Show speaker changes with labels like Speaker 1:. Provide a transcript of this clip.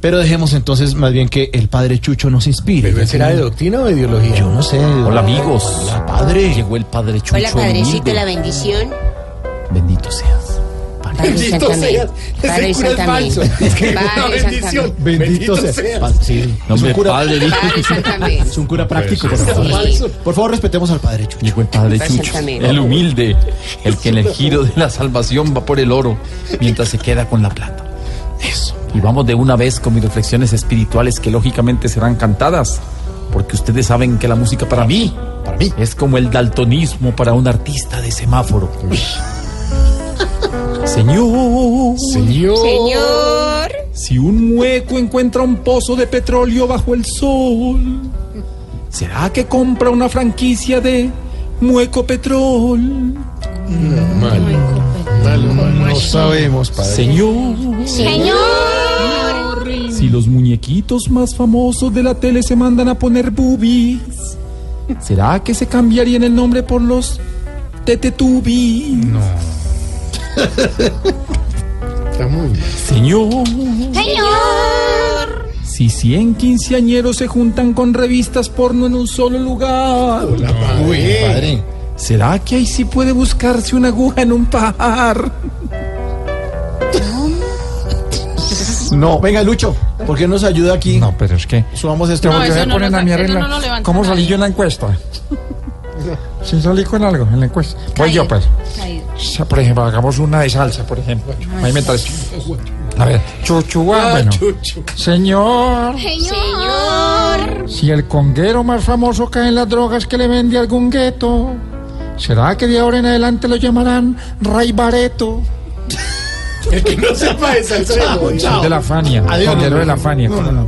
Speaker 1: Pero dejemos entonces más bien que el padre Chucho nos inspire.
Speaker 2: ¿Pero será de doctrina o de ideología?
Speaker 1: Yo no sé.
Speaker 3: Hola amigos.
Speaker 1: Hola, padre.
Speaker 3: Llegó el padre Chucho.
Speaker 4: Hola, padrecito,
Speaker 3: humilde.
Speaker 4: la bendición.
Speaker 3: Bendito seas.
Speaker 4: Padre Santamé. Padre
Speaker 2: Ese cura es
Speaker 4: Santamé.
Speaker 2: falso. Es que una
Speaker 4: Padre
Speaker 2: bendición.
Speaker 4: Santamé.
Speaker 1: Bendito, sea. Pa- sí,
Speaker 3: No,
Speaker 1: es, un
Speaker 3: hombre,
Speaker 1: cura,
Speaker 3: padre, dijo.
Speaker 4: Padre Santamé.
Speaker 1: es un cura práctico. Por
Speaker 2: Pues,
Speaker 1: favor.
Speaker 4: sí.
Speaker 1: por favor, respetemos al padre Chucho.
Speaker 3: Llegó el padre
Speaker 4: Padre
Speaker 3: Chucho.
Speaker 4: Santamé.
Speaker 3: El humilde. El que en el giro de la salvación va por el oro mientras se queda con la plata. Eso. Y vamos de una vez con mis reflexiones espirituales que lógicamente serán cantadas. Porque ustedes saben que la música para mí
Speaker 1: Para mí.
Speaker 3: es como el daltonismo para un artista de semáforo. Señor.
Speaker 2: Señor.
Speaker 4: Señor.
Speaker 3: Si un mueco encuentra un pozo de petróleo bajo el sol, ¿será que compra una franquicia de Mueco Petrol?
Speaker 2: Malo, malo, malo.
Speaker 1: No sabemos, padre.
Speaker 3: Señor,
Speaker 4: Señor.
Speaker 3: si los muñequitos más famosos de la tele se mandan a poner boobies, ¿será que se cambiarían el nombre por los Tetetubis?
Speaker 2: Está muy mal.
Speaker 3: Señor,
Speaker 4: Señor.
Speaker 3: si 100 quinceañeros se juntan con revistas porno en un solo lugar.
Speaker 2: Hola, padre.
Speaker 1: Uy, padre.
Speaker 3: ¿Será que ahí sí puede buscarse una aguja en un pajar?
Speaker 1: No, venga, Lucho, ¿por qué nos ayuda aquí?
Speaker 3: No, pero es que.
Speaker 1: Subamos este
Speaker 5: No,
Speaker 1: porque
Speaker 5: eso
Speaker 1: me
Speaker 5: no
Speaker 1: pone-
Speaker 5: lo
Speaker 3: Ponen a
Speaker 5: sa-
Speaker 3: mirar
Speaker 5: eso
Speaker 3: en la-
Speaker 5: no lo levanta
Speaker 3: ¿Cómo salí
Speaker 5: nadie.
Speaker 3: yo en la encuesta? Si salí con algo en la encuesta. Voy yo, pues.
Speaker 5: Caído.
Speaker 3: O sea, Por ejemplo, hagamos una de salsa, por ejemplo. Ahí me traes. A ver,
Speaker 5: Ah,
Speaker 3: chuchuá, bueno.
Speaker 2: Chucho.
Speaker 3: Señor,
Speaker 4: Señor.
Speaker 3: si el conguero más famoso cae en las drogas que le vende algún gueto, ¿será que de ahora en adelante lo llamarán Raibareto?
Speaker 2: El que no sepa de salsa de
Speaker 1: Chao,
Speaker 2: jodido.
Speaker 1: Ah, chao.
Speaker 3: De la Fania,
Speaker 1: Adiós.
Speaker 3: conguero de la Fania.
Speaker 1: No, no, no.